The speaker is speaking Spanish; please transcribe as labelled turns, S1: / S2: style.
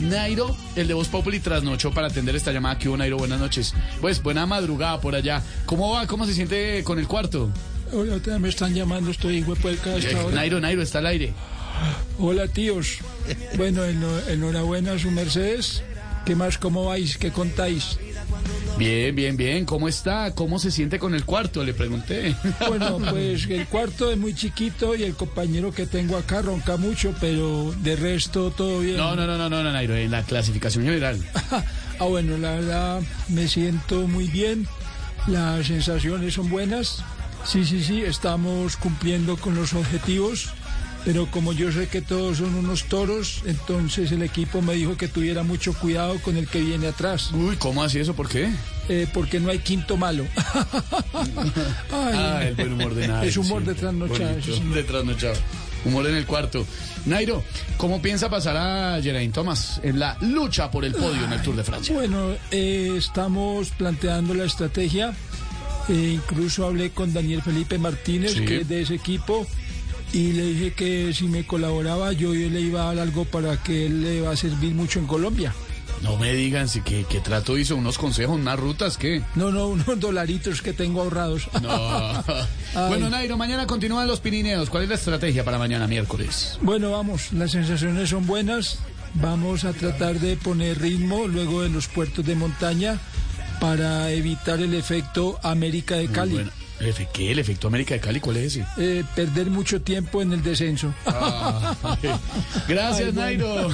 S1: Nairo, el de Voz Populi, trasnochó para atender esta llamada. que hubo, Nairo? Buenas noches. Pues buena madrugada por allá. ¿Cómo va? ¿Cómo se siente con el cuarto?
S2: Hola, tía, me están llamando, estoy huepuerca a esta hora.
S1: Nairo, Nairo, está al aire.
S2: Hola, tíos. Bueno, eno- enhorabuena a su Mercedes. ¿Qué más? ¿Cómo vais? ¿Qué contáis?
S1: Bien, bien, bien. ¿Cómo está? ¿Cómo se siente con el cuarto? Le pregunté.
S2: Bueno, pues el cuarto es muy chiquito y el compañero que tengo acá ronca mucho, pero de resto todo bien.
S1: No, no, no, no, no, no, Nairo, en la clasificación general.
S2: Ah, bueno, la verdad me siento muy bien. Las sensaciones son buenas. Sí, sí, sí, estamos cumpliendo con los objetivos. Pero como yo sé que todos son unos toros, entonces el equipo me dijo que tuviera mucho cuidado con el que viene atrás,
S1: Uy, ¿cómo así eso? ¿Por qué?
S2: eh, porque no hay quinto malo. Ay,
S1: Ah, el buen humor de Nairo.
S2: Es humor
S1: siempre.
S2: de trasnochado,
S1: Bonito,
S2: sí, señor.
S1: de trasnochado. Humor en el cuarto. Nairo, ¿cómo piensa pasar a Geraint Thomas en la lucha por el podio en el Tour de Francia?
S2: Bueno, eh, estamos planteando la estrategia. Eh, incluso hablé con Daniel Felipe Martínez,
S1: Sí.
S2: que es de ese equipo, y le dije que si me colaboraba yo, yo le iba a dar algo para que él le va a servir mucho en Colombia.
S1: No me digan si qué, qué trato hizo, unos consejos, unas rutas, ¿qué?
S2: No, no, unos dolaritos que tengo ahorrados.
S1: No. bueno, Nairo, mañana continúan los Pirineos. ¿Cuál es la estrategia para mañana miércoles?
S2: Bueno, vamos, las sensaciones son buenas. Vamos a tratar de poner ritmo luego de los puertos de montaña para evitar el efecto América de Cali.
S1: Bueno, el efe- ¿qué? ¿El efecto América de Cali? ¿Cuál es ese?
S2: Eh, perder mucho tiempo en el descenso. Eh,
S1: Gracias, Nairo.